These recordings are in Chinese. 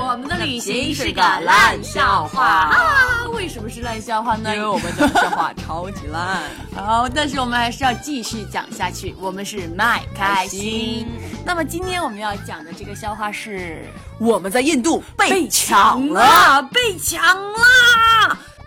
我们的旅行是个烂笑话啊！为什么是烂笑话呢？因为我们的笑话超级烂。好，但是我们还是要继续讲下去。我们是麦开心。那么今天我们要讲的这个笑话是：我们在印度被被抢抢了，了，被抢了。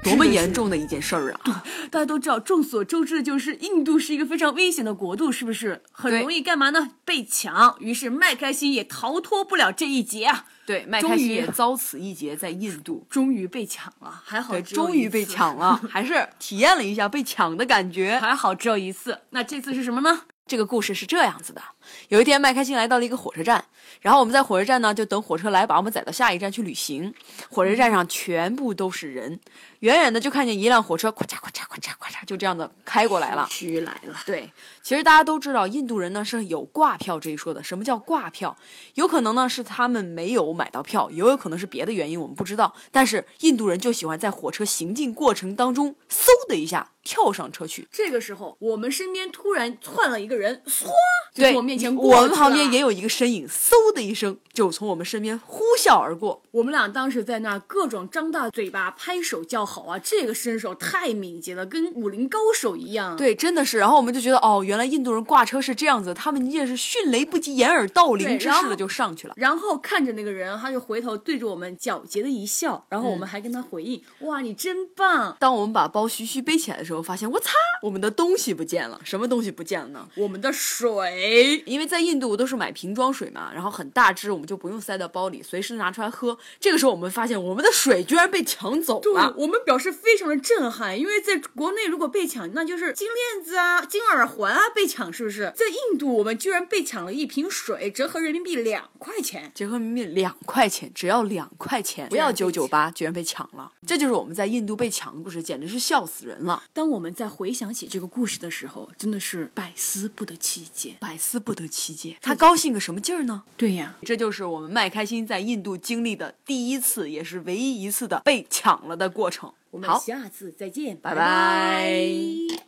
多么严重的一件事儿啊！大家都知道，众所周知的就是印度是一个非常危险的国度，是不是？很对容易干嘛呢？被抢。于是麦开心也逃脱不了这一劫啊，对，麦终开于心也遭此一劫，在印 度，终于被抢了，还好对，只有终于一被次抢了， 还是体验了一下被抢的感觉。 还好只有一次。那这次是什么呢？这个故事是这样子的：有一天，麦开心来到了一个火车站，然后我们在火车站呢就等火车来把我们载到下一站去旅行。火车站上全部都是人，远远的就看见一辆火车咔嚓咔嚓咔嚓咔嚓就这样的开过来了。须来了。对，其实大家都知道，印度人呢是有挂票这一说的。什么叫挂票？有可能呢是他们没有买到票，也有可能是别的原因，我们不知道。但是印度人就喜欢在火车行进过程当中，嗖的一下跳上车去。这个时候，我们身边突然窜了一个人，唰，就对，从我面前过我们去旁边了也有一个身影，嗖的一声就从我们身边呼啸而过。我们俩当时在那儿各种张大嘴巴、拍手叫好啊！这个身手太敏捷了，跟武林高手一样。，对，真的是。然后我们就觉得，哦，原来印度人挂车是这样子，他们也是迅雷不及掩耳盗对铃之然势后的就上去了。然后看着那个人，他就回头对着我们皎洁的一笑，然后我们嗯还跟他回应：“哇，你真棒当我们把包徐徐背起来的时候，发现我擦，我们的东西不见了。什么东西不见了呢？！”我们的水，因为在印度都是买瓶装水嘛，然后很大支，我们就不用塞到包里，随时拿出来喝。这个时候我们发现我们的水居然被抢走对了。我们表示非常的震撼，因为在国内如果被抢，那就是金链子啊、金耳环啊被抢，是不是？在印度，我们居然被抢了一瓶水，折合人民币两块钱。结合人民币两块钱，只要两块钱，不要居然九被九八，居然被抢了。这就是我们在印度被抢的故事，简直是笑死人了，当我们在回想起这个故事的时候，真的是百思不得其解。百思不得其解。他高兴个什么劲儿呢？对呀、这就是我们麦开心在印度经历的第一次，也是唯一一次的被抢了的过程。我们好，下次再见，拜拜拜